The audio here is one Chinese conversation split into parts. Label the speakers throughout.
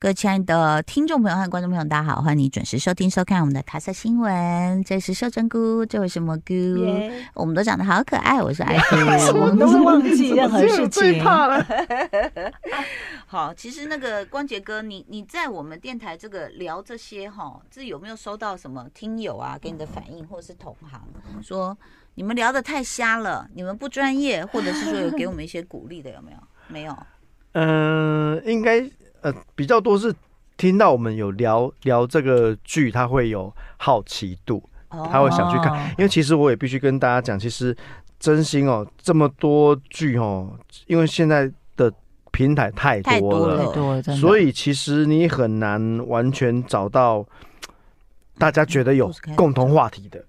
Speaker 1: 各位亲爱的听众朋友和观众朋友，大家好，欢迎你准时收听收看我们的卡色新闻，这是秀珍菇，这位是蘑菇
Speaker 2: 耶
Speaker 1: 我们都长得好可爱， 我是爱菇。
Speaker 2: 我们都会忘记任何事
Speaker 3: 嗯 最
Speaker 2: 情。
Speaker 3: 怕了。
Speaker 1: 好，其实那个光杰哥，你你在我们电台这个聊这些哈，这有没有收到什么听友啊给你的反应，或者是同行说你们聊的太瞎了，你们不专业，或者是说有给我们一些鼓励的，有没有？没有，
Speaker 3: 嗯、应该呃比较多是听到我们有聊聊这个剧，他会有好奇度，他会想去看。
Speaker 2: 哦
Speaker 3: 因为其实我也必须跟大家讲，其实真心哦，这么多剧哦，因为现在的平台太
Speaker 1: 哦太
Speaker 3: 多
Speaker 1: 多
Speaker 3: 了，
Speaker 2: 太多了，真
Speaker 3: 呃
Speaker 2: 的。
Speaker 3: 所
Speaker 2: 以
Speaker 3: 以其实你很难完全找到大家觉得有共同话题的，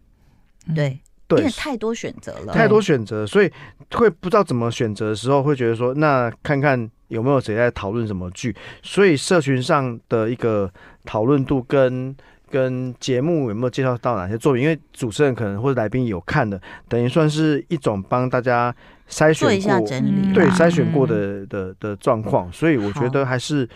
Speaker 1: 对，因
Speaker 3: 对
Speaker 1: 为，太多选择了，
Speaker 3: 太多选择，所以会不知道怎么选择的时候，会觉得说，那看看有没有谁在讨论什么剧，所以社群上的一个讨论度跟。跟节目有没有介绍到哪些作品？因为主持人可能或者来宾有看的，等于算是一种帮大家筛选
Speaker 1: 做
Speaker 3: 过
Speaker 1: 一下整理啦，
Speaker 2: 嗯
Speaker 3: 对
Speaker 2: 嗯
Speaker 3: 筛选过的的的状况，所以我觉得还是，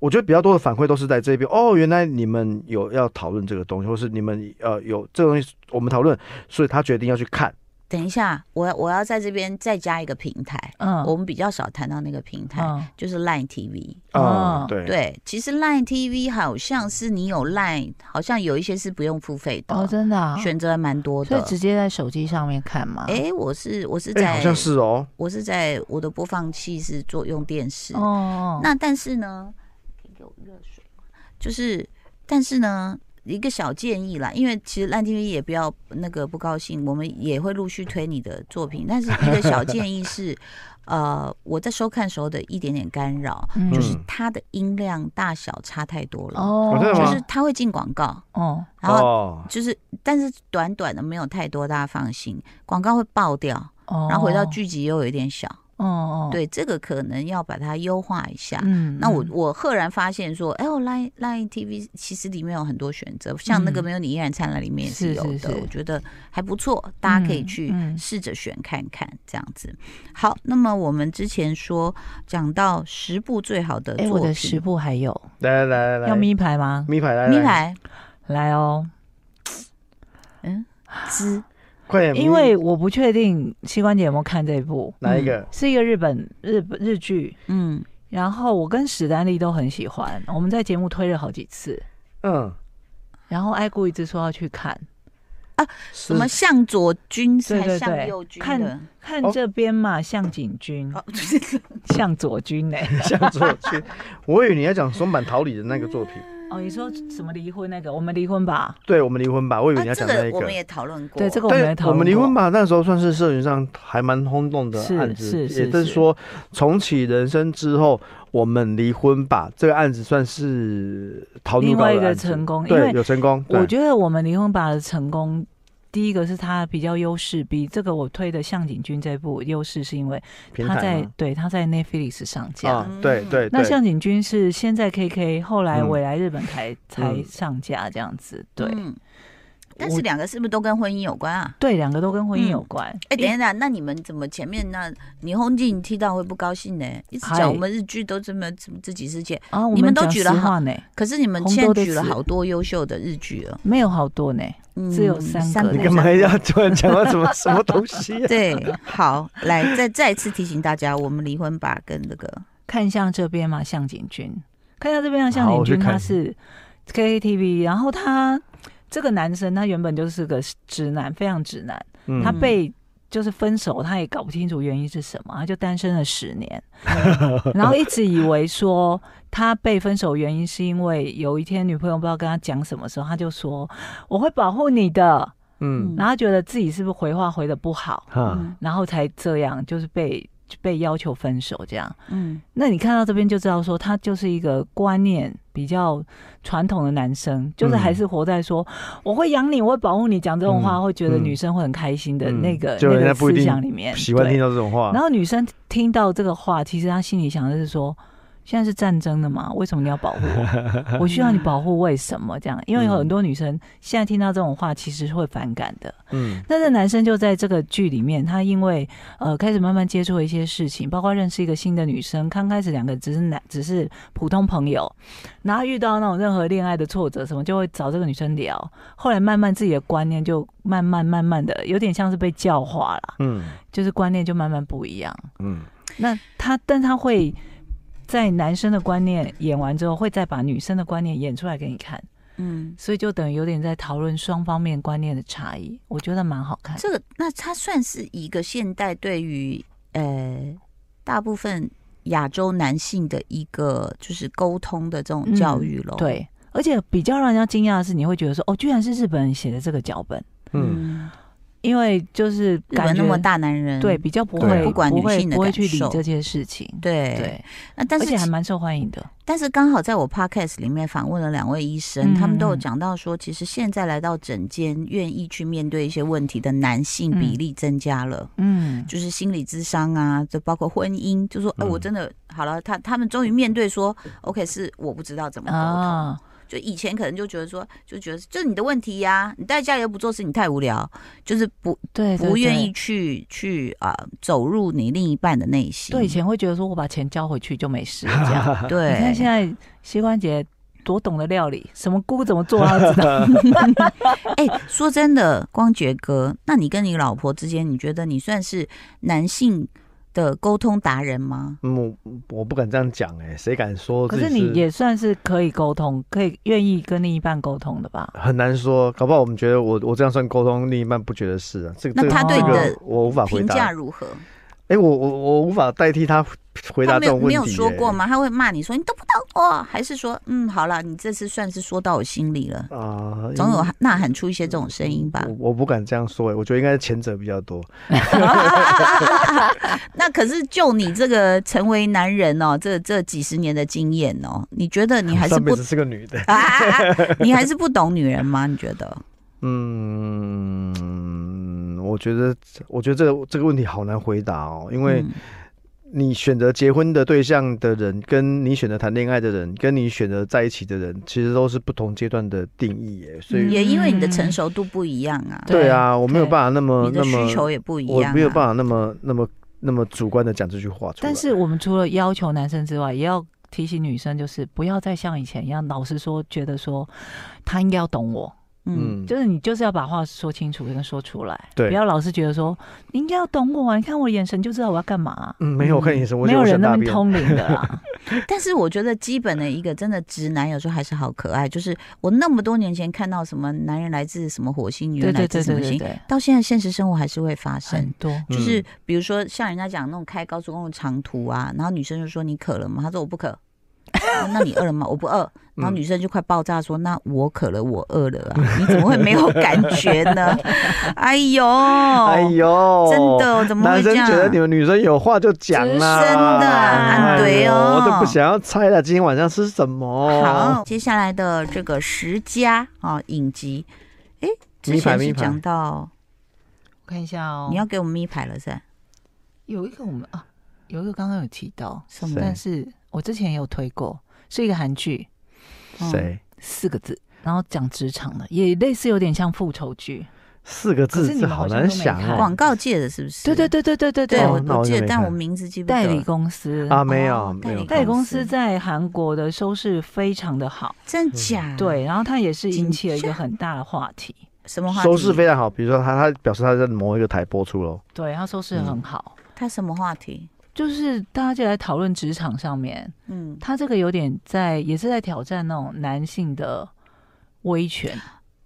Speaker 3: 我觉得比较多的反馈都是在这边。哦，原来你们有要讨论这个东西，或是你们呃有这个东西我们讨论，所以他决定要去看。
Speaker 1: 等一下，我要我要在这边再加一个平台，
Speaker 2: 嗯
Speaker 1: 我们比较少谈到那个平台，
Speaker 2: 嗯
Speaker 1: 就是 Line TV。
Speaker 2: 哦
Speaker 3: 嗯对
Speaker 1: 对，其实 Line TV 好像是你有 Line，好像有一些是不用付费的，
Speaker 2: 哦，真的啊，
Speaker 1: 选择还蛮多
Speaker 2: 所
Speaker 1: 的
Speaker 2: 以。直接在手机上面看嘛。
Speaker 1: 哎，我是我是
Speaker 3: 哎、
Speaker 1: 在、
Speaker 3: 好像是哦，
Speaker 1: 我是在我的播放器是做用电视，
Speaker 2: 哦，
Speaker 1: 那但是呢，可以给我热水吗就是，但是呢，一个小建议啦，因为其实烂 TV 也不要那个不高兴，我们也会陆续推你的作品，但是一个小建议是，呃，我在收看时候的一点点干扰，
Speaker 2: 嗯
Speaker 1: 就是
Speaker 3: 嗯
Speaker 1: 它的音量大小差太多了，
Speaker 2: 哦，
Speaker 3: 哦真的
Speaker 1: 就
Speaker 3: 吗
Speaker 1: 是它会进广告，
Speaker 2: 哦，
Speaker 1: 然后
Speaker 3: 哦，
Speaker 1: 就是，但是短短的没有太多，大家放心，广告会爆掉，
Speaker 2: 哦，
Speaker 1: 然后回到，剧集又有一点小，
Speaker 2: 哦哦，，
Speaker 1: 对，这个可能要把它优化一下，
Speaker 2: 嗯，
Speaker 1: 那我
Speaker 2: 嗯
Speaker 1: 我赫然发现说，哎呦，Line Line TV 其实里面有很多选择，像那个
Speaker 2: 嗯
Speaker 1: 没有你依然灿烂里面也是
Speaker 2: 是
Speaker 1: 有
Speaker 2: 是
Speaker 1: 的，
Speaker 2: 是
Speaker 1: 我觉得还不错，大家可以
Speaker 2: 嗯
Speaker 1: 去
Speaker 2: 嗯
Speaker 1: 试着选看看这样子。好，那么我们之前说讲到十部最好的
Speaker 2: 哎，
Speaker 1: 作
Speaker 2: 我的
Speaker 1: 品，
Speaker 2: 十部还有
Speaker 3: 来来来来，
Speaker 2: 要咪牌吗？
Speaker 3: 咪牌来
Speaker 1: 咪
Speaker 3: 来，
Speaker 1: 牌，
Speaker 2: 来哦，
Speaker 1: 嗯，
Speaker 2: 啊
Speaker 1: 之
Speaker 3: 快点，
Speaker 2: 因为嗯我不确定膝关节有没有看这一部，
Speaker 3: 哪一个？
Speaker 2: 是一个日本日本日剧，
Speaker 1: 嗯，
Speaker 2: 然后我跟史丹利都很喜欢，我们在节目推了好几次，
Speaker 3: 嗯，
Speaker 2: 然后爱故一直说要去看，
Speaker 3: 什
Speaker 1: 什么向左军
Speaker 2: 对
Speaker 1: 还
Speaker 2: 对
Speaker 1: 向
Speaker 2: 对
Speaker 1: 右军
Speaker 2: 看
Speaker 1: 的，
Speaker 2: 看
Speaker 3: 哦
Speaker 2: 这边嘛，向井君、
Speaker 1: 哦，
Speaker 2: 向左君呢、
Speaker 3: 向左 去？我以为你要讲松坂桃李的那个作品，
Speaker 2: 哦，你说什么离婚那个？我们离婚吧。
Speaker 3: 对我们离婚吧，我以为你要
Speaker 1: 啊
Speaker 3: 讲
Speaker 1: 这
Speaker 3: 那一
Speaker 1: 个
Speaker 3: 个。
Speaker 1: 我们也讨论过，
Speaker 2: 对这个我们
Speaker 3: 对
Speaker 2: 来，讨
Speaker 3: 我
Speaker 2: 论
Speaker 3: 们离
Speaker 2: 过
Speaker 3: 婚吧，那时候算是社群上还蛮轰动的
Speaker 2: 是
Speaker 3: 案子，
Speaker 2: 是是
Speaker 3: 也就是
Speaker 2: 是
Speaker 3: 说重启人生之后，我们离婚吧这个案子算是讨论
Speaker 2: 另
Speaker 3: 到
Speaker 2: 外
Speaker 3: 的
Speaker 2: 一个
Speaker 3: 案子
Speaker 2: 成功因
Speaker 3: 对，
Speaker 2: 为
Speaker 3: 有成功。对
Speaker 2: 我觉得我们离婚吧的成功，第一个是他比较优势，比这个我推的向井君这部优势是因为
Speaker 3: 平
Speaker 2: 他
Speaker 3: 台
Speaker 2: 在
Speaker 3: 吗
Speaker 2: 对他在 Netflix 上架。
Speaker 3: 啊，对
Speaker 1: 嗯
Speaker 3: 对
Speaker 2: 那
Speaker 3: 对，
Speaker 2: 向井君是先在 KK，后来
Speaker 3: 嗯
Speaker 2: 未来日本台、才
Speaker 3: 嗯
Speaker 2: 上架这样子，对、
Speaker 1: 嗯但是两个是不是都跟婚姻有关啊？
Speaker 2: 对，两个都跟婚姻有
Speaker 1: 嗯
Speaker 2: 关。
Speaker 1: 哎、等一下，那你们怎么前面那霓虹记你听到会不高兴呢？一直
Speaker 2: 嗨
Speaker 1: 讲我们日剧都这么这么自己世界，
Speaker 2: 啊，我
Speaker 1: 你们都
Speaker 2: 讲
Speaker 1: 举了
Speaker 2: 实
Speaker 1: 好
Speaker 2: 话呢，
Speaker 1: 可是你们
Speaker 2: 红
Speaker 1: 现
Speaker 2: 豆
Speaker 1: 在
Speaker 2: 的
Speaker 1: 举了
Speaker 2: 词
Speaker 1: 好多优秀的日剧了，
Speaker 2: 没有好多呢。
Speaker 1: 嗯
Speaker 2: 只有三个
Speaker 1: 三
Speaker 3: 你
Speaker 2: 我
Speaker 3: 干嘛要突然讲到什么什么东西、啊？
Speaker 1: 对，好，来再再一次提醒大家，我们离婚吧跟那个
Speaker 2: 看向这边嘛，向井君，看向这边的向
Speaker 3: 好
Speaker 2: 井
Speaker 3: 我去
Speaker 2: 君，
Speaker 3: 看
Speaker 2: 他是 KTV，然后他这个男生他原本就是个直男，非常直男，
Speaker 3: 嗯
Speaker 2: 他被。就是分手，他也搞不清楚原因是什么，他就单身了十 年，然后一直以为说他被分手原因是因为有一天女朋友不知道跟他讲什么时候，他就说我会保护你的，
Speaker 3: 嗯
Speaker 2: 然后他觉得自己是不是回话回的不好，
Speaker 3: 哈
Speaker 1: 嗯
Speaker 2: 然后才这样，就是被被要求分手这样。
Speaker 4: 嗯，
Speaker 2: 那你看到这边就知道说，他就是一个观念比较传统的男生，就是还是活在说、我会养你，我会保护你，讲这种话、
Speaker 3: 嗯
Speaker 2: 会觉得
Speaker 3: 嗯
Speaker 2: 女生会很开心的
Speaker 3: 嗯
Speaker 2: 那个、
Speaker 3: 就
Speaker 2: 那
Speaker 3: 人
Speaker 2: 个
Speaker 3: 家不一
Speaker 2: 思
Speaker 3: 定
Speaker 2: 想里
Speaker 1: 嗯
Speaker 2: 面，
Speaker 3: 喜欢
Speaker 2: 对
Speaker 3: 听到这种话
Speaker 2: 然，后女生听到这个话，其实她心里想的是说：现在是战争的嘛，为什么你要保护 我？我需要你保护，为什么这样？因为有
Speaker 3: 嗯
Speaker 2: 很多女生现在听到这种话，其实会反感的。
Speaker 3: 嗯
Speaker 2: 但是男生就在这个剧里面，他因为呃开始慢慢接触了一些事情，包括认识一个新的女生，刚开始两个只是男只是普通朋友，然后遇到那种任何恋爱的挫折什么，就会找这个女生聊。后来慢慢自己的观念就慢慢慢慢的，有点像是被教化了，
Speaker 3: 嗯
Speaker 2: 就是观念就慢慢不一样。
Speaker 3: 嗯，
Speaker 2: 那他，但他会在男生的观念演完之后，会再把女生的观念演出来给你看，
Speaker 1: 嗯，
Speaker 2: 所以就等于有点在讨论双方面观念的差异，我觉得蛮好看。
Speaker 1: 这个那它算是一个现代对于呃大部分亚洲男性的一个就是沟通的这种教育咯。，
Speaker 2: 嗯对，而且比较让人家惊讶的是，你会觉得说，哦，居然是日本人写的这个脚本，
Speaker 3: 嗯，
Speaker 1: 嗯，
Speaker 2: 因为就是
Speaker 1: 日本
Speaker 2: 感觉
Speaker 1: 那么，大男人，
Speaker 2: 嗯对，比较不
Speaker 3: 对
Speaker 2: 会
Speaker 3: 不
Speaker 1: 管
Speaker 2: 不
Speaker 1: 女
Speaker 2: 会
Speaker 1: 性的
Speaker 2: 不会
Speaker 1: 感
Speaker 2: 去理
Speaker 1: 受
Speaker 2: 这些事情，
Speaker 1: 对
Speaker 2: 对，
Speaker 1: 那但
Speaker 2: 而
Speaker 1: 是
Speaker 2: 且
Speaker 1: 其
Speaker 2: 还蛮受欢迎的。
Speaker 1: 但是刚好在我 podcast 里面访问了两位医生，
Speaker 2: 嗯
Speaker 1: 他们都有讲到说，其实现在来到诊间，愿意去面对一些问题的男性比例增加了。
Speaker 2: 嗯，
Speaker 1: 就是心理智商啊，就包括婚姻，就说，哎、
Speaker 3: 嗯
Speaker 1: 我真的好了，他他们终于面对说，OK，是我不知道怎么沟通。
Speaker 2: 啊，
Speaker 1: 就以前可能就觉得说，就觉得这是你的问题呀、你待在家里又不做事，你太无聊，就是不
Speaker 2: 对，对
Speaker 1: 不愿意
Speaker 2: 对
Speaker 1: 去去啊、走入你另一半的内心。
Speaker 2: 对，以前会觉得说我把钱交回去就没事了这 样，
Speaker 1: 对，
Speaker 2: 你看现在膝关节多懂得料理，什么菇怎么做他都 知道。
Speaker 1: 哎、说真的，光觉哥，那你跟你老婆之间，你觉得你算是男性的沟通达人吗？
Speaker 3: 嗯我我不敢这样讲哎，谁敢说
Speaker 2: 可
Speaker 3: 自己
Speaker 2: 是你也算是可以沟通，可以愿意跟另一半沟通的吧？
Speaker 3: 很难说，搞不好我们觉得我我这样算沟通，另一半不觉得是啊，这个
Speaker 1: 那
Speaker 3: 这个
Speaker 1: 他
Speaker 2: 对你
Speaker 3: 这
Speaker 1: 的
Speaker 3: 个我无法啊回
Speaker 1: 评价
Speaker 3: 答，
Speaker 1: 如何？
Speaker 3: 哎，我我我无法代替他回
Speaker 1: 他
Speaker 3: 答这
Speaker 1: 没有
Speaker 3: 种问
Speaker 1: 没
Speaker 3: 题，
Speaker 1: 有说过
Speaker 3: 哎？
Speaker 1: 吗？他会骂你说你都不懂我，还是说嗯好了，你这次算是说到我心里了，
Speaker 3: 啊，
Speaker 1: 总有呐喊出一些这种声音吧？
Speaker 3: 我我不敢这样说哎，我觉得应该是前者比较多，
Speaker 1: 那可是就你这个成为男人哦，这这几十年的经验哦，你觉得你还是
Speaker 3: 上辈
Speaker 1: 不
Speaker 3: 子是个女的，
Speaker 1: 你还是不懂女人吗？你觉得？
Speaker 3: 嗯，我觉得我觉得这个这个问题好难回答哦，因为
Speaker 1: 嗯
Speaker 3: 你选择结婚的对象的人，跟你选择谈恋爱的人，跟你选择在一起的人，其实都是不同阶段的定义耶，所以。
Speaker 1: 嗯也因为你的成熟度不一样啊，
Speaker 3: 对啊，我没有
Speaker 2: 对
Speaker 3: 办法那
Speaker 1: 你
Speaker 3: 么那
Speaker 1: 的
Speaker 3: 么
Speaker 1: 需求也不一
Speaker 3: 我
Speaker 1: 样、啊，
Speaker 3: 没有办法那么那么那么主观的讲这句话出来。
Speaker 2: 但是我们除了要求男生之外，也要提醒女生，就是不要再像以前一样，老实说，觉得说他应该要懂我，
Speaker 1: 嗯，
Speaker 3: 嗯，
Speaker 2: 就是你就是要把话说清楚跟说出来，
Speaker 3: 对
Speaker 2: 不要老是觉得说你应该要懂我啊，你看我眼神就知道我要干嘛啊、
Speaker 3: 嗯，没有，我看你什么，我
Speaker 2: 没有
Speaker 3: 我
Speaker 2: 人
Speaker 3: 想
Speaker 2: 那
Speaker 3: 大
Speaker 2: 么
Speaker 3: 便。
Speaker 2: 通灵的啊 啦，
Speaker 3: 嗯
Speaker 1: 但是我觉得基本的一个真的直男有时候还是好可爱，就是我那么多年前看到什么男人来自什么火星，女
Speaker 2: 对
Speaker 1: 人来
Speaker 2: 对
Speaker 1: 自
Speaker 2: 对
Speaker 1: 什么
Speaker 2: 对对哎
Speaker 1: 星，
Speaker 2: 对，
Speaker 1: 到现在现实生活还是会发
Speaker 2: 很
Speaker 1: 生。
Speaker 2: 多，
Speaker 1: 就是
Speaker 3: 嗯
Speaker 1: 比如说像人家讲那种开高速公路长途啊，然后女生就说你渴了吗？他说我不渴。啊那你饿了吗？我不 饿。
Speaker 3: 嗯
Speaker 1: 然后女生就快爆炸说：“那我渴了，我饿了啊！你怎么会没有感觉呢？” 哎呦，
Speaker 3: 哎呦，
Speaker 1: 真的哦，怎么
Speaker 3: 男
Speaker 1: 会这
Speaker 3: 生
Speaker 1: 样？
Speaker 3: 觉得你们女生有话就讲啦，
Speaker 1: 真的
Speaker 3: 哎呦
Speaker 1: 对哦
Speaker 3: 我都不想要猜了，今天晚上吃什么？
Speaker 2: 哦
Speaker 1: 好，，接下来的这个十佳啊影集，哎，之
Speaker 3: 咪牌
Speaker 1: 前是
Speaker 3: 咪牌
Speaker 1: 讲到
Speaker 2: 我看一下哦
Speaker 1: 你要给我们咪牌了噻？
Speaker 2: 有一个我们啊，有一个刚刚有提到
Speaker 1: 什么
Speaker 3: 谁
Speaker 2: 但是我之前也有推过，是一个韩剧，
Speaker 1: 嗯
Speaker 3: 谁？
Speaker 2: 四个字，然后讲职场的，也类似有点像复仇剧。
Speaker 3: 四个
Speaker 2: 可
Speaker 3: 字
Speaker 2: 是，你
Speaker 3: 这
Speaker 2: 们
Speaker 3: 好
Speaker 2: 好像
Speaker 3: 难
Speaker 2: 都没
Speaker 3: 想
Speaker 2: 看
Speaker 3: 哦
Speaker 1: 广告界的是不是？
Speaker 2: 嗯对对对对对对
Speaker 1: 对，
Speaker 2: 对，
Speaker 3: 哦
Speaker 1: 我
Speaker 3: 那我
Speaker 1: 我
Speaker 3: 就
Speaker 1: 记
Speaker 3: 没
Speaker 1: 得，但我
Speaker 3: 看
Speaker 1: 名字记不得
Speaker 2: 代理
Speaker 1: 了。
Speaker 2: 公司
Speaker 3: 啊，没有
Speaker 1: 哦
Speaker 3: 没有
Speaker 1: 代
Speaker 2: 代
Speaker 1: 理
Speaker 2: 理
Speaker 3: 看，
Speaker 2: 公司在韩国的收视非常的好，
Speaker 1: 真假？，
Speaker 3: 嗯
Speaker 2: 对，然后它也是引起了一
Speaker 1: 紧
Speaker 2: 个
Speaker 1: 张
Speaker 2: 很大的话题，
Speaker 1: 什么话题？
Speaker 3: 收视非常好。比如说他他表示他在某一个台播出喽，
Speaker 2: 对，它收视很好，
Speaker 3: 嗯
Speaker 1: 他什么话题？
Speaker 2: 就是大家就来讨论职场上面，
Speaker 1: 嗯，
Speaker 2: 它这个有点在也是在挑战那种男性的威权，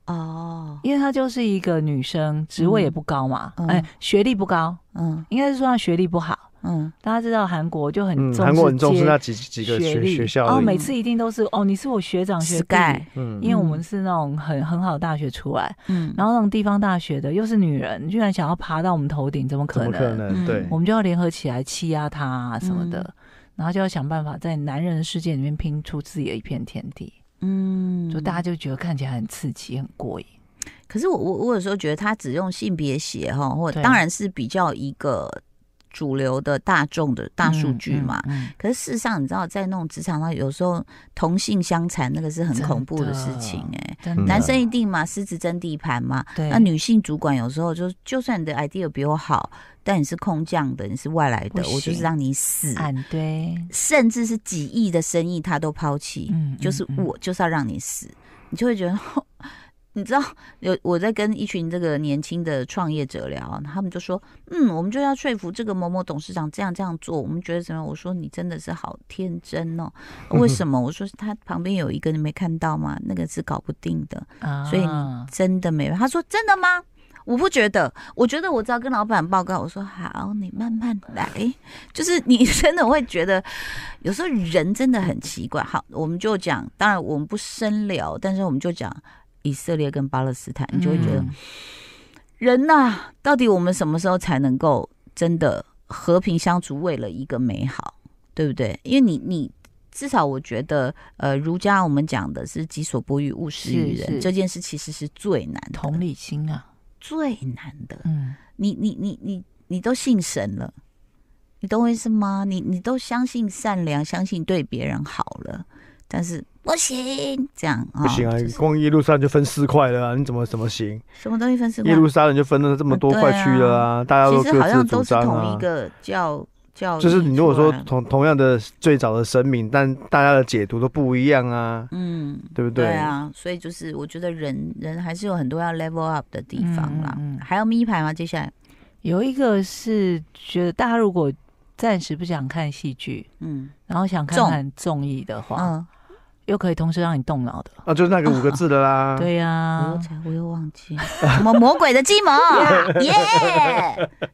Speaker 1: 哦，
Speaker 2: 因为她就是一个女生，职位也不高嘛，
Speaker 1: 嗯
Speaker 2: 哎，学历不高，
Speaker 1: 嗯
Speaker 3: 啊
Speaker 2: 应该是说她学历不好，
Speaker 1: 嗯，
Speaker 2: 大家知道韩国就很
Speaker 3: 嗯，
Speaker 2: 重
Speaker 3: 韩国很重视
Speaker 2: 阶
Speaker 3: 那几几个
Speaker 2: 学
Speaker 3: 学
Speaker 2: 历
Speaker 3: 学校
Speaker 2: 哦，
Speaker 3: 而已，
Speaker 2: 每次一定都是哦，你是我学长学弟
Speaker 1: Sky
Speaker 3: 嗯
Speaker 2: 因为我们是那种很很好的大学出来，
Speaker 1: 嗯，
Speaker 2: 然后那种地方大学的又是女人，居然想要爬到我们头顶，怎么
Speaker 3: 怎么
Speaker 2: 可能？
Speaker 3: 可能？
Speaker 1: 嗯
Speaker 3: 对
Speaker 2: 我，们就要联合起来欺压她啊什么的，然后就要想办法在男人的世界里面拼出自己的一片天地，
Speaker 1: 嗯，
Speaker 2: 就大家就觉得看起来很刺激、很过瘾。
Speaker 1: 可是我我我有时候觉得他只用性别写哈，或
Speaker 2: 对
Speaker 1: 当然是比较一个主流的大众的大数据嘛。
Speaker 2: 嗯，嗯
Speaker 1: 可是事实上，你知道，在那种职场上，有时候同性相残那个是很
Speaker 2: 真
Speaker 1: 恐怖的
Speaker 2: 的
Speaker 1: 事情哎、
Speaker 2: 真的
Speaker 3: 嗯
Speaker 1: 男生一定嘛，狮子争地盘嘛。
Speaker 2: 对
Speaker 1: 那女性主管有时候就，就算你的 idea 比我好，但你是空降的，你是外来的
Speaker 2: 不，行哎
Speaker 1: 我就是让你死，
Speaker 2: 俺对，
Speaker 1: 甚至是几亿的生意他都抛弃。
Speaker 2: 嗯，
Speaker 1: 就是
Speaker 2: 嗯，
Speaker 1: 我就是要让你死，你就会觉得， 你知道，有我在跟一群这个年轻的创业者聊，他们就说，嗯，我们就要说服这个某某董事长这样这样做，我们觉得怎么样？我说你真的是好天真哦，为什么？我说他旁边有一个你没看到吗？那个是搞不定的，
Speaker 2: 嗯
Speaker 1: 所以
Speaker 2: 啊
Speaker 1: 你真的没办法。他说真的吗？我不觉得，我觉得我只要跟老板报告，我说好，你慢慢来。 就是你真的会觉得，有时候人真的很奇怪。好，我们就讲，当然我们不深聊，但是我们就讲以色列跟巴勒斯坦，你就会觉得、
Speaker 2: 嗯
Speaker 1: 人呐、到底我们什么时候才能够真的和平相处，为了一个美好，对不对？因为你你。至少我觉得，呃，儒家我们讲的是“己所不欲，勿施于
Speaker 2: 是
Speaker 1: 人”
Speaker 2: 是
Speaker 1: 这件事，其实是最难的，
Speaker 2: 同理心啊，
Speaker 1: 最难的。
Speaker 2: 嗯，
Speaker 1: 你你你你你都信神了，你懂我意思吗？你你都相信善良，相信对别人好了，但是不行，这样啊、
Speaker 3: 不行啊
Speaker 1: 就，是
Speaker 3: 光耶路撒冷就分四块了啊，你怎么怎么行？
Speaker 1: 什么东西分是
Speaker 3: 耶路撒冷就分了这么多块区了啊，大家都
Speaker 1: 啊其
Speaker 3: 各
Speaker 1: 实好像
Speaker 3: 自
Speaker 1: 都
Speaker 3: 主
Speaker 1: 是
Speaker 3: 张
Speaker 1: 同
Speaker 3: 啊
Speaker 1: 一。个教
Speaker 2: 哦
Speaker 1: 教义出
Speaker 3: 就
Speaker 1: 来，
Speaker 3: 是你如果说同同样的最早的神明，但大家的解读都不一样啊，
Speaker 1: 嗯。
Speaker 3: 对不
Speaker 1: 对？啊，所以就是我觉得人人还是有很多要 level up 的地方啦。
Speaker 2: 嗯嗯嗯
Speaker 1: 还有咪牌吗？接下来，
Speaker 2: 有一个是觉得大家如果暂时不想看戏剧，
Speaker 1: 嗯
Speaker 2: 然后想看
Speaker 1: 综
Speaker 2: 看综艺的话，
Speaker 1: 嗯，
Speaker 2: 又可以同时让你动脑的。
Speaker 3: 啊，就是那个五个字的啦。
Speaker 2: 对呀、
Speaker 1: 嗯我又才我又忘记什么魔鬼的计 谋，耶！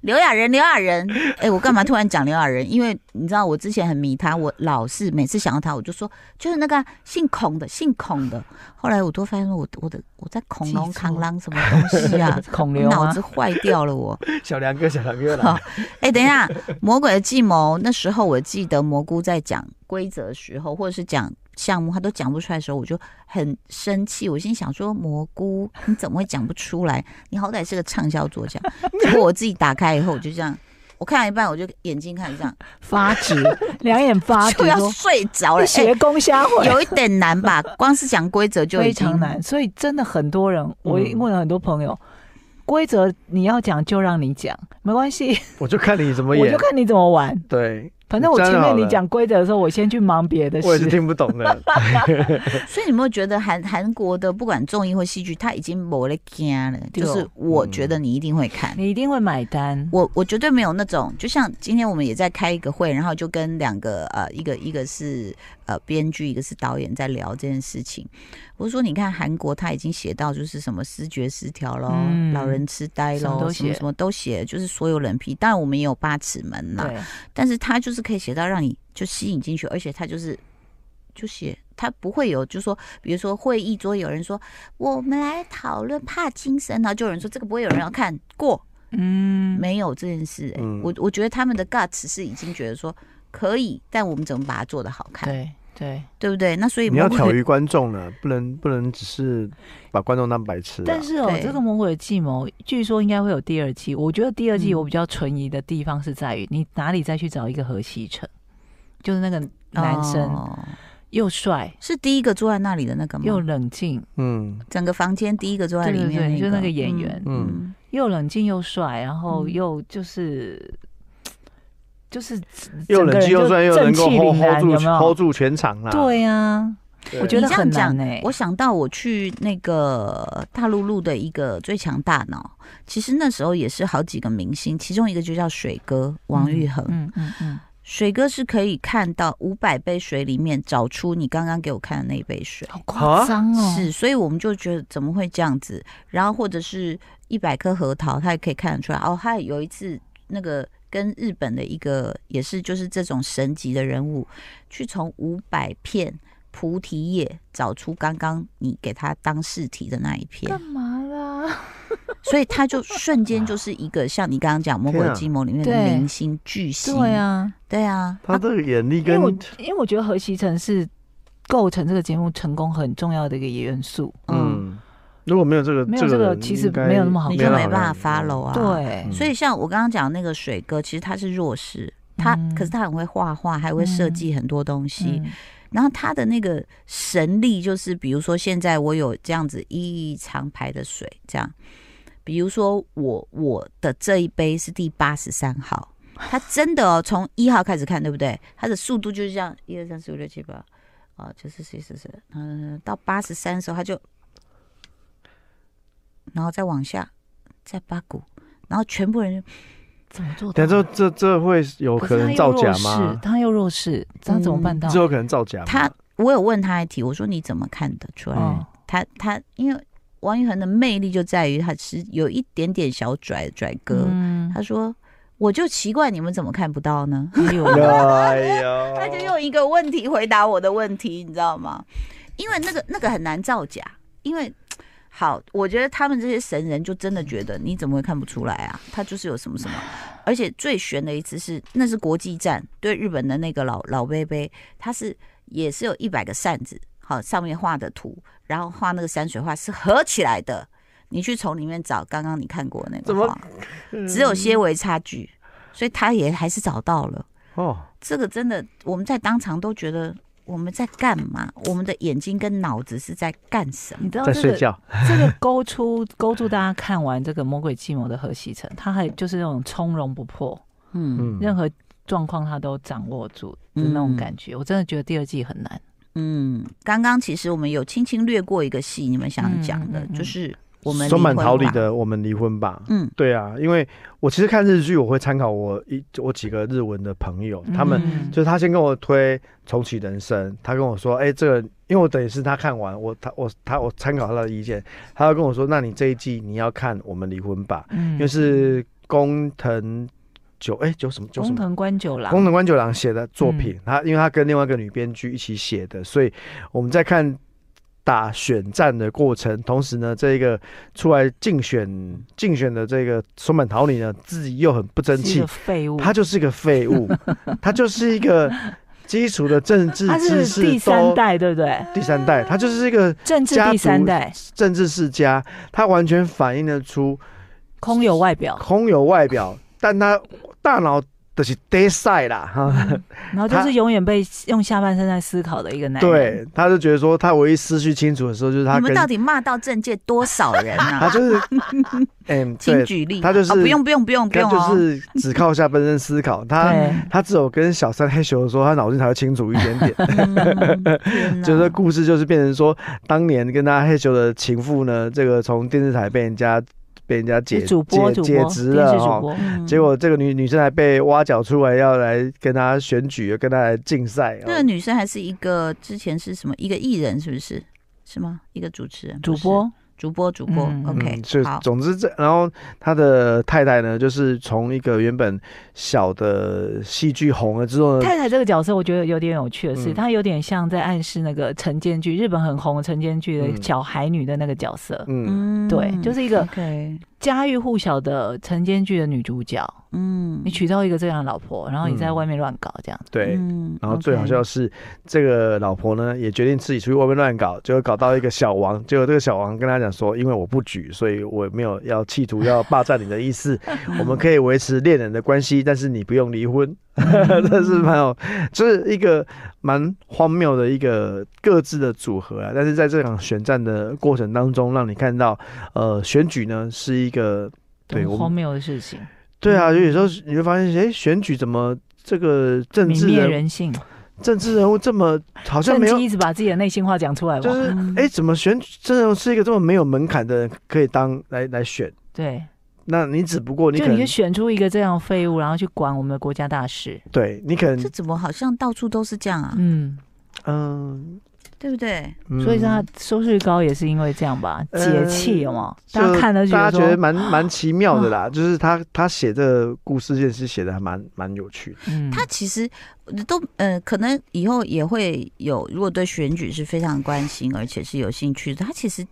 Speaker 1: 刘亚仁，刘亚仁，哎，我干嘛突然讲刘亚仁？因为你知道我之前很迷他，我老是每次想到他，我就说就是那个啊姓孔的，姓孔的。后来我都发现我我的我在恐龙
Speaker 2: 记错，
Speaker 1: 扛狼什么东西啊
Speaker 2: 孔
Speaker 1: 我
Speaker 2: 刘
Speaker 1: 脑
Speaker 2: 啊
Speaker 1: 子，坏掉了我。
Speaker 3: 小梁哥，小梁哥
Speaker 1: 好，哎、等一下，《魔鬼的计谋》那时候我记得蘑菇在讲规则的时候，或者是讲项目，他都讲不出来的时候，我就很生气。我心想说，蘑菇你怎么会讲不出来？你好歹是个畅销作 家。结果我自己打开以后，我就这样。我看了一半，我就眼睛看着这样，啊
Speaker 2: 发直，两眼发直
Speaker 1: 就要
Speaker 2: 说
Speaker 1: 睡着了。
Speaker 2: 你
Speaker 1: 哎、
Speaker 2: 学工瞎混。
Speaker 1: 有一点难吧？光是讲规则就已
Speaker 2: 非
Speaker 1: 经
Speaker 2: 常难，所以真的很多人，我
Speaker 3: 嗯
Speaker 2: 问了很多朋友，规则你要讲就让你讲，没关系，
Speaker 3: 我就看你怎么
Speaker 2: 我
Speaker 3: 演
Speaker 2: 就。看你怎么玩。
Speaker 3: 对，
Speaker 2: 反正我
Speaker 3: 这样
Speaker 2: 前面
Speaker 3: 好
Speaker 2: 你
Speaker 3: 了
Speaker 2: 讲规则的时候，我先去忙别的
Speaker 3: 我也是
Speaker 2: 事。
Speaker 3: 听不懂的。
Speaker 1: 所以你有没有觉得韩韩国的不管综艺或戏剧，它已经没了家了？
Speaker 2: 对
Speaker 1: 就
Speaker 2: 哦
Speaker 1: 是我觉得你一定会看。
Speaker 2: 你一定会买单，
Speaker 1: 我我绝对没有那种，就像今天我们也在开一个会，然后就跟两个呃，一个一个是呃编剧，一个是导演在聊这件事情。我说你看韩国他已经写到就是什么视觉失调咯，
Speaker 2: 嗯
Speaker 1: 老人痴呆
Speaker 2: 什么
Speaker 1: 咯，
Speaker 2: 都
Speaker 1: 什么
Speaker 2: 写
Speaker 1: 什么都写，就是所有冷僻。当然我们也有八尺门啦，
Speaker 2: 对，
Speaker 1: 但是他就是可以写到让你就吸引进去，而且他就是就写。他不会有，就说，比如说会议桌有人说，我们来讨论帕金森，然后就有人说这个不会有人要看过，
Speaker 2: 嗯，
Speaker 1: 没有这件事、欸。
Speaker 3: 嗯
Speaker 1: 我我觉得他们的 guts 是已经觉得说可以，但我们怎么把它做得好看，对
Speaker 2: 对 对。
Speaker 1: 不对？那所以
Speaker 3: 你要
Speaker 1: 魔鬼
Speaker 3: 挑于观众了，不能不能只是把观众当白痴啊。
Speaker 2: 但是哦
Speaker 1: 对，
Speaker 2: 这个《魔鬼的计谋》据说应该会有第二季。我觉得第二季
Speaker 1: 嗯
Speaker 2: 我比较存疑的地方是在于，你哪里再去找一个何西成，就是那个男生
Speaker 1: 哦
Speaker 2: 又帅
Speaker 1: 是第一个坐在那里的那个吗？
Speaker 2: 又冷静，
Speaker 3: 嗯，
Speaker 1: 整个房间第一个坐在
Speaker 2: 对
Speaker 1: 里
Speaker 2: 对
Speaker 1: 面、
Speaker 2: 对，就那
Speaker 1: 那
Speaker 2: 个演员，
Speaker 3: 嗯
Speaker 2: 又冷静又帅，然后
Speaker 1: 嗯
Speaker 2: 又就是、就是
Speaker 3: 又冷静又帅，又能够
Speaker 2: 整个人
Speaker 3: hold hold
Speaker 2: 就正气凛然
Speaker 3: 住
Speaker 2: 有没有
Speaker 3: hold 住全场啦。
Speaker 2: 对呀、
Speaker 3: 对，
Speaker 2: 我觉得
Speaker 1: 你这样
Speaker 2: 很难
Speaker 1: 讲
Speaker 2: 欸
Speaker 1: 我想到我去那个大陆录的一个《最强大脑》，其实那时候也是好几个明星，其中一个就叫水哥王昱珩。
Speaker 2: 嗯嗯嗯，
Speaker 3: 啊
Speaker 1: 水哥是可以看到五百杯水里面找出你刚刚给我看的那杯水。
Speaker 2: 好夸张哦，
Speaker 1: 是，所以我们就觉得怎么会这样子？然后或者是一百颗核桃，他也可以看得出来。哦，还有一次那个跟日本的一个也是就是这种神级的人物，去从五百片菩提叶找出刚刚你给他当试题的那一片
Speaker 2: 干，嘛啦？
Speaker 1: 所以他就瞬间就是一个像你刚刚讲《魔鬼
Speaker 3: 天啊
Speaker 1: 计谋》里面的
Speaker 2: 对
Speaker 1: 明星巨星，
Speaker 2: 对啊，
Speaker 1: 对啊，
Speaker 3: 他的眼力
Speaker 2: 因为
Speaker 3: 跟
Speaker 2: 我因为我觉得何其成是构成这个节目成功很重要的一个元素。
Speaker 1: 嗯，
Speaker 3: 嗯，如果没有这个，
Speaker 2: 没有
Speaker 3: 这
Speaker 2: 这个
Speaker 3: 人
Speaker 2: 其实
Speaker 3: 应该
Speaker 2: 没有那么好
Speaker 1: 你就
Speaker 2: 看
Speaker 1: 没办法 follow 啊，
Speaker 2: 对，
Speaker 3: 嗯
Speaker 1: 所以像我刚刚讲那个水哥，其实他是弱势，他、
Speaker 2: 嗯
Speaker 1: 可是他很会画画，还会设计很多东西。
Speaker 2: 嗯
Speaker 1: 然后他的那个神力就是，比如说现在我有这样子一长排的水，这样，比如说我我的这一杯是第八十三号，他真的哦，从一号开始看，对不对？他的速度就是这样，一二三四五六七八。啊，就是是是是，嗯，到八十三的时候他就，然后再往下，再八股，然后全部人就
Speaker 2: 怎么做到
Speaker 3: 但
Speaker 2: 的？
Speaker 3: 这这这会有可能造假吗？
Speaker 2: 他又弱势，他怎么办到？
Speaker 3: 这有可能造假吗？
Speaker 1: 哦他，我有问他一题，我说你怎么看得出来？
Speaker 2: 嗯
Speaker 3: 哎
Speaker 1: 他他因为王一恒的魅力就在于他是有一点点小拽拽哥，
Speaker 2: 嗯
Speaker 1: 他说我就奇怪你们怎么看不到呢？
Speaker 2: 哎呦
Speaker 3: 哎
Speaker 1: 他就
Speaker 3: 呦，
Speaker 1: 用一个问题回答我的问题，你知道吗？因为那个那个很难造假，因为好，我觉得他们这些神人就真的觉得你怎么会看不出来啊？他就是有什么什么，而且最悬的一次是那是国际战对日本的那个老老贝贝，他是也是有一百个扇子，好上面画的图，然后画那个山水画是合起来的。你去从里面找刚刚你看过的那
Speaker 3: 怎
Speaker 1: 个
Speaker 3: 么嗯
Speaker 1: 画，只有些微差距，所以他也还是找到了。
Speaker 3: 哦，
Speaker 1: 这个真的，我们在当场都觉得我们在干嘛？我们的眼睛跟脑子是在干什么
Speaker 2: 你？知道
Speaker 3: 在
Speaker 2: 这
Speaker 3: 睡
Speaker 2: 个
Speaker 3: 觉，
Speaker 2: 这个勾出勾住大家看完这个《魔鬼计谋》的何西成，他还就是那种从容不迫，
Speaker 1: 嗯
Speaker 3: 嗯，
Speaker 2: 任何状况他都掌握住的那种
Speaker 1: 嗯
Speaker 2: 感觉。我真的觉得第二季很难。
Speaker 1: 嗯，刚刚其实我们有轻轻略过一个戏，你们想讲的，
Speaker 2: 嗯嗯嗯
Speaker 1: 就是我们
Speaker 3: 松满桃李
Speaker 1: 离婚吧，
Speaker 3: 的《我们离婚吧》。
Speaker 1: 嗯
Speaker 3: 对啊，因为我其实看日剧，我会参考我一我几个日文的朋友，他们
Speaker 2: 嗯
Speaker 3: 就是他先跟我推《重启人生》，他跟我说：“哎、这个，因为我等于是他看完，我他我他我参考他的意见，他要跟我说，那你这一季你要看《我们离婚吧》，
Speaker 2: 嗯
Speaker 3: 因为是工藤久哎久什么久什么
Speaker 2: 工藤官九郎
Speaker 3: 工，藤官九郎写的作品，
Speaker 2: 嗯
Speaker 3: 他因为他跟另外一个女编剧一起写的，所以我们在看打选战的过程，同时呢，这个出来竞选竞选的这个松本桃李呢，自己又很不争
Speaker 2: 是一
Speaker 3: 气
Speaker 2: 个，废物，
Speaker 3: 他就是个废 物，他就是一个基础的政治
Speaker 2: 他
Speaker 3: 知
Speaker 2: 是
Speaker 3: 识
Speaker 2: 第三
Speaker 3: 都
Speaker 2: 代，对不对？
Speaker 3: 第三代，他就是一个
Speaker 2: 政治
Speaker 3: 家
Speaker 2: 第三
Speaker 3: 族
Speaker 2: 代，
Speaker 3: 政治世家，他完全反映得出
Speaker 2: 空有外表，
Speaker 3: 空有外表，但他大脑的是 d 赛啦哈。
Speaker 2: 然后就
Speaker 3: 他
Speaker 2: 是永远被用下半身在思考的一个男人。
Speaker 3: 对，他就觉得说，他唯一思绪清楚的时候，就是他
Speaker 1: 你们
Speaker 3: 跟
Speaker 1: 到底骂到政界多少人
Speaker 3: 他
Speaker 1: 啊？
Speaker 3: 就是，嗯，
Speaker 1: 请
Speaker 3: 对，
Speaker 1: 举例，
Speaker 3: 他就是
Speaker 1: 哦不用不用不用不
Speaker 3: 他
Speaker 1: 用
Speaker 3: 就
Speaker 1: 哦，
Speaker 3: 是只靠下半身思考，他
Speaker 2: 对，
Speaker 3: 他只有跟小三害羞的时候，他脑筋才会清楚一点 点。
Speaker 1: 嗯
Speaker 2: 啊
Speaker 1: 天哪
Speaker 3: 就是故事就是变成说，当年跟他害羞的情妇呢，这个从电视台被人家被人家解
Speaker 2: 是主播
Speaker 3: 解
Speaker 2: 主
Speaker 3: 解
Speaker 2: 播
Speaker 3: 职
Speaker 2: 电视
Speaker 3: 了哦
Speaker 2: 主
Speaker 3: 哈。
Speaker 2: 播，
Speaker 1: 嗯
Speaker 3: 结果这个女女生还被挖角出来，要来跟他选举，跟他来竞赛。哦
Speaker 1: 那个女生还是一个之前是什么一个艺人是不是？是吗？一个主持人，
Speaker 2: 主
Speaker 1: 不是
Speaker 2: 播
Speaker 1: 主播主播
Speaker 2: 嗯
Speaker 1: ，OK，
Speaker 3: 所以
Speaker 1: 好，
Speaker 3: 总之这，然后他的太太呢，就是从一个原本小的戏剧红了之后呢，
Speaker 2: 太太这个角色，我觉得有点有趣的是，
Speaker 3: 嗯
Speaker 2: 她有点像在暗示那个晨间剧，日本很红的晨间剧的
Speaker 3: 嗯
Speaker 2: 小孩女的那个角色，
Speaker 3: 嗯，
Speaker 1: 嗯
Speaker 2: 对，就是一个
Speaker 1: OK，
Speaker 2: 家喻户晓的晨间剧的女主角。
Speaker 1: 嗯
Speaker 2: 你娶到一个这样的老婆，然后你
Speaker 3: 嗯
Speaker 2: 在外面乱搞这样子，
Speaker 3: 对。
Speaker 1: 嗯
Speaker 3: 然后最好笑的是，这个老婆呢也决定自己出去外面乱搞，结果搞到一个小王，结果这个小王跟他讲说，因为我不举，所以我没有要企图要霸占你的意 思，我们可以维持恋人的关系，但是你不用离婚，
Speaker 2: 嗯
Speaker 3: 这是蛮有，就是一个蛮荒谬的一个各自的组合啊。但是在这场选战的过程当中，让你看到，呃，选举呢是一个对
Speaker 2: 很
Speaker 3: 我
Speaker 2: 荒
Speaker 3: 们
Speaker 2: 谬的嗯事情，
Speaker 3: 对啊，有时候你会发现，哎，选举怎么？这个政
Speaker 2: 泯
Speaker 3: 治
Speaker 2: 灭
Speaker 3: 人物
Speaker 2: 人性。
Speaker 3: 政治人物这么好像
Speaker 2: 趁
Speaker 3: 没有
Speaker 2: 机，一直把自己的嗯内心话讲出来
Speaker 3: 就
Speaker 2: 吧。
Speaker 3: 是哎、诶怎么选政治人物是一个这么没有门槛的人可以当来来选？
Speaker 2: 对，
Speaker 3: 那你只不过你
Speaker 2: 就
Speaker 3: 可
Speaker 2: 你
Speaker 3: 能
Speaker 2: 就选出一个这样的废物，然后去管我们的国家大事。
Speaker 3: 对你可能
Speaker 1: 这怎么好像到处都是这样啊？
Speaker 2: 嗯，
Speaker 3: 嗯、
Speaker 1: 对不对？
Speaker 3: 嗯
Speaker 2: 所以他收视率高也是因为这样吧，
Speaker 3: 呃
Speaker 2: 解气有吗？
Speaker 3: 就
Speaker 2: 大家看了就
Speaker 3: 大家
Speaker 2: 觉
Speaker 3: 觉得
Speaker 2: 得说，啊
Speaker 3: 蛮蛮奇妙的啦，就是他他写这个故事线是写的还蛮蛮有趣的，
Speaker 2: 嗯
Speaker 1: 他其实都呃，可能以后也会有，如果对选举是非常关心，而且是有兴趣的，他其实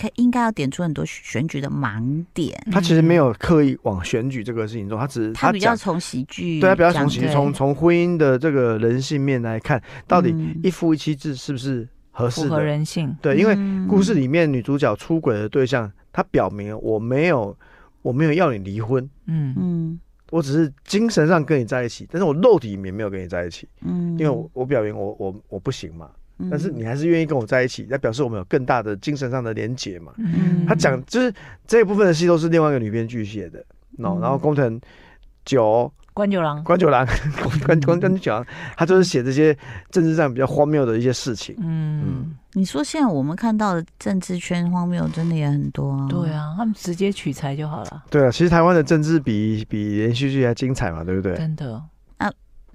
Speaker 1: 可应该要点出很多选举的盲点。
Speaker 2: 嗯
Speaker 3: 他其实没有刻意往选举这个事情嗯中，他只是
Speaker 1: 他比较
Speaker 3: 讲，
Speaker 1: 从喜剧
Speaker 3: 对
Speaker 1: 讲，
Speaker 3: 他比较从其
Speaker 1: 对
Speaker 3: 从从婚姻的这个人性面来看，到底
Speaker 1: 嗯
Speaker 3: 一夫一妻制是不是合适
Speaker 2: 符合
Speaker 3: 的？
Speaker 2: 人性，
Speaker 3: 对，因为
Speaker 1: 嗯
Speaker 3: 故事里面女主角出轨的对象，她表明我没有我没有要你离婚，
Speaker 2: 嗯
Speaker 1: 嗯
Speaker 3: 我只是精神上跟你在一起，但是我肉体里面没有跟你在一起，
Speaker 1: 嗯，
Speaker 3: 因为我我表明我我我不行嘛，
Speaker 1: 嗯
Speaker 3: 但是你还是愿意跟我在一起，那表示我们有更大的精神上的连结嘛。
Speaker 2: 嗯，
Speaker 3: 他讲就是这一部分的戏都是另外一个女编剧写的，然后
Speaker 1: 嗯
Speaker 3: 然后工藤九
Speaker 2: 关九郎，
Speaker 3: 关九郎 关关关关九郎，他就是写这些政治上比较荒谬的一些事情。
Speaker 2: 嗯，
Speaker 1: 你说现在我们看到的政治圈荒谬，真的也很多
Speaker 3: 嗯
Speaker 1: 啊。
Speaker 2: 对，啊，他们直接取材就好了，
Speaker 3: 对啊，其实台湾的政治比比连续剧还精彩嘛，对不对？
Speaker 2: 真的，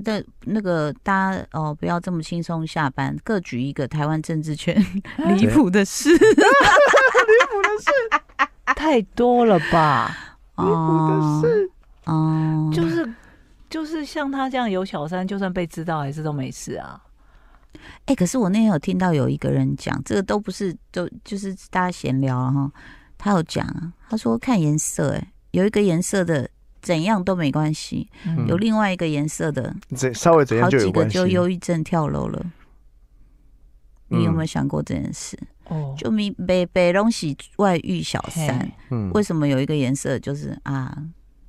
Speaker 1: 但那个大家哦，不要这么轻松下班，各举一个台湾政治圈 离谱的事。
Speaker 2: 太多了吧？
Speaker 3: 离谱的事。
Speaker 1: 哦，
Speaker 3: 嗯
Speaker 1: 哦
Speaker 2: 就是就是像他这样有小三，就算被知道还是都没事啊。
Speaker 1: 哎、可是我那天有听到有一个人讲，这个都不是，就就是大家闲聊了哈。他有讲啊，他说看颜色、哎，有一个颜色的怎样都没关系，
Speaker 2: 嗯
Speaker 1: 有另外一个颜色的，
Speaker 3: 怎稍微怎样
Speaker 1: 好
Speaker 3: 就有
Speaker 1: 几个
Speaker 3: 关系
Speaker 1: 就。忧郁症跳楼了。你有没有
Speaker 3: 嗯
Speaker 1: 想过这件事？
Speaker 2: 哦，
Speaker 1: 就咪北北东西外遇小三
Speaker 2: 嘿，
Speaker 3: 嗯
Speaker 1: 为什么有一个颜色就是啊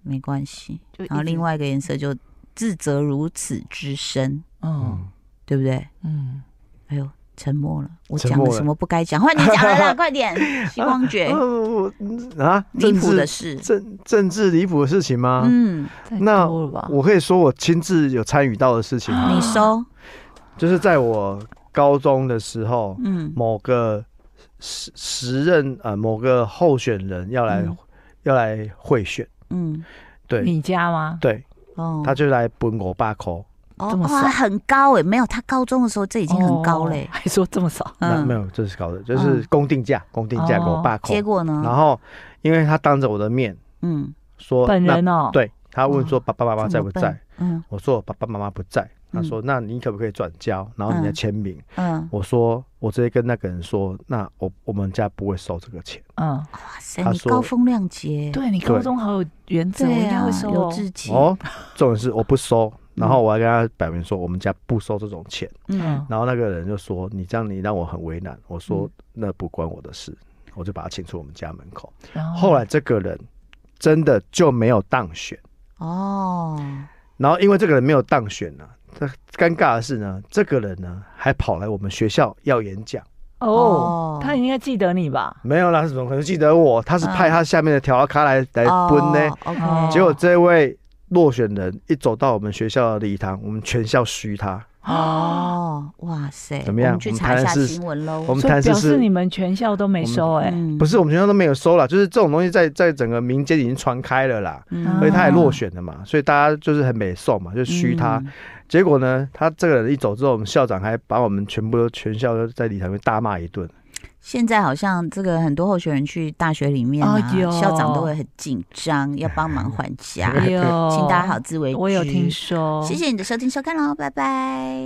Speaker 1: 没关系，
Speaker 2: 就
Speaker 1: 然后另外一个颜色就自责如此之深，
Speaker 2: 嗯
Speaker 3: 嗯
Speaker 1: 对不对？
Speaker 2: 嗯，
Speaker 1: 哎呦，沉默了，我
Speaker 3: 沉
Speaker 1: 讲
Speaker 3: 默
Speaker 1: 了
Speaker 3: 了
Speaker 1: 什么不该讲？换你讲了 啦，快点！西光觉
Speaker 3: 哦我嗯啊，
Speaker 1: 离
Speaker 3: 政
Speaker 1: 谱的
Speaker 3: 治啊
Speaker 1: 事，
Speaker 3: 政政治离谱的事情吗？
Speaker 1: 嗯，
Speaker 2: 太
Speaker 3: 那
Speaker 2: 多了吧？
Speaker 3: 我可以说我亲自有参与到的事情吗，
Speaker 1: 啊你收，
Speaker 3: 就是在我高中的时候，
Speaker 1: 嗯
Speaker 3: 某个时时任呃某个候选人要来、
Speaker 1: 嗯
Speaker 3: 要来贿选，
Speaker 1: 嗯，
Speaker 3: 对
Speaker 2: 你家吗？
Speaker 3: 对，
Speaker 1: 哦，
Speaker 3: 他就来分我爸扣，
Speaker 1: 哦
Speaker 2: 这么少
Speaker 1: 哇，很高哎，没有，他高中的时候这已
Speaker 2: 已
Speaker 1: 经很高嘞，
Speaker 2: 哦还说这么少，
Speaker 3: 哦那
Speaker 1: 嗯，
Speaker 3: 没有，这是搞的，就是公定价，公定价给我爸扣
Speaker 1: 结，果嗯
Speaker 3: 然
Speaker 1: 呢？
Speaker 3: 后因为他当着我的面
Speaker 1: 嗯，
Speaker 3: 说，
Speaker 2: 本
Speaker 3: 那
Speaker 2: 人哦，，
Speaker 3: 对他问说
Speaker 2: 哦
Speaker 3: 爸爸妈妈
Speaker 1: 这
Speaker 3: 在不
Speaker 1: 么
Speaker 3: 在
Speaker 1: 笨？，嗯
Speaker 3: 我说我爸爸妈妈不在。他说：“那你可不可以转交？然后你来
Speaker 1: 嗯
Speaker 3: 签名。
Speaker 1: 嗯，
Speaker 3: 我说：“我直接跟那个人说，那我我们家不会收这个钱。
Speaker 2: 嗯，
Speaker 1: 哇塞，
Speaker 3: 他
Speaker 1: 你
Speaker 3: 说啊
Speaker 1: 高风亮节，
Speaker 2: 对你高中好有原则，我
Speaker 1: 对
Speaker 2: 应该
Speaker 1: 啊
Speaker 2: 会，收
Speaker 1: 有
Speaker 2: 哦。
Speaker 1: 志气，
Speaker 3: 哦，重点是我不收。然后我还跟他表明说，我们家不收这种钱。
Speaker 1: 嗯
Speaker 2: 嗯，
Speaker 3: 然后那个人就说：“你这样你让我很为难。”我说
Speaker 1: 嗯：“
Speaker 3: 那不关我的事。”我就把他请出我们家门口。
Speaker 2: 然
Speaker 1: 哦
Speaker 2: 后
Speaker 3: 后来这个人真的就没有当选。
Speaker 1: 哦，
Speaker 3: 然后因为这个人没有当选呢、这尴尬的是呢，这个人呢还跑来我们学校要演讲。
Speaker 2: 哦，他应该记得你吧？
Speaker 3: 没有啦，怎么可能记得我？他是派他下面的调咖来来蹲哎呢。
Speaker 1: o
Speaker 2: 哦
Speaker 1: k
Speaker 3: 结果这位落选人一走到我们学校的礼堂，我们全校嘘他。
Speaker 1: 哦，哇塞，
Speaker 3: 怎么样
Speaker 1: 我们去
Speaker 3: 我们
Speaker 1: 查一
Speaker 3: 台
Speaker 1: 下
Speaker 3: 南市
Speaker 1: 新闻喽。
Speaker 3: 我们
Speaker 2: 所
Speaker 3: 谈
Speaker 2: 以
Speaker 3: 是
Speaker 2: 表
Speaker 3: 是
Speaker 2: 示你们全校都没收哎，
Speaker 1: 嗯
Speaker 3: 不是我们学校都没有收啦，就是这种东西在在整个民间已经传开了啦。
Speaker 1: 嗯
Speaker 3: 所以他也落选了嘛，所以大家就是很美送嘛，就嘘他。
Speaker 1: 嗯
Speaker 3: 结果呢，他这个人一走之后，我们校长还把我们全部都全校都在礼堂里大骂一顿。
Speaker 1: 现在好像这个很多候选人去大学里面啊，
Speaker 2: 哎呦
Speaker 1: 校长都会很紧张，要帮忙还价，
Speaker 2: 哎呦
Speaker 1: 请大家好，自为之。
Speaker 2: 我有听，说，
Speaker 1: 谢谢你的收听收看喽，拜拜。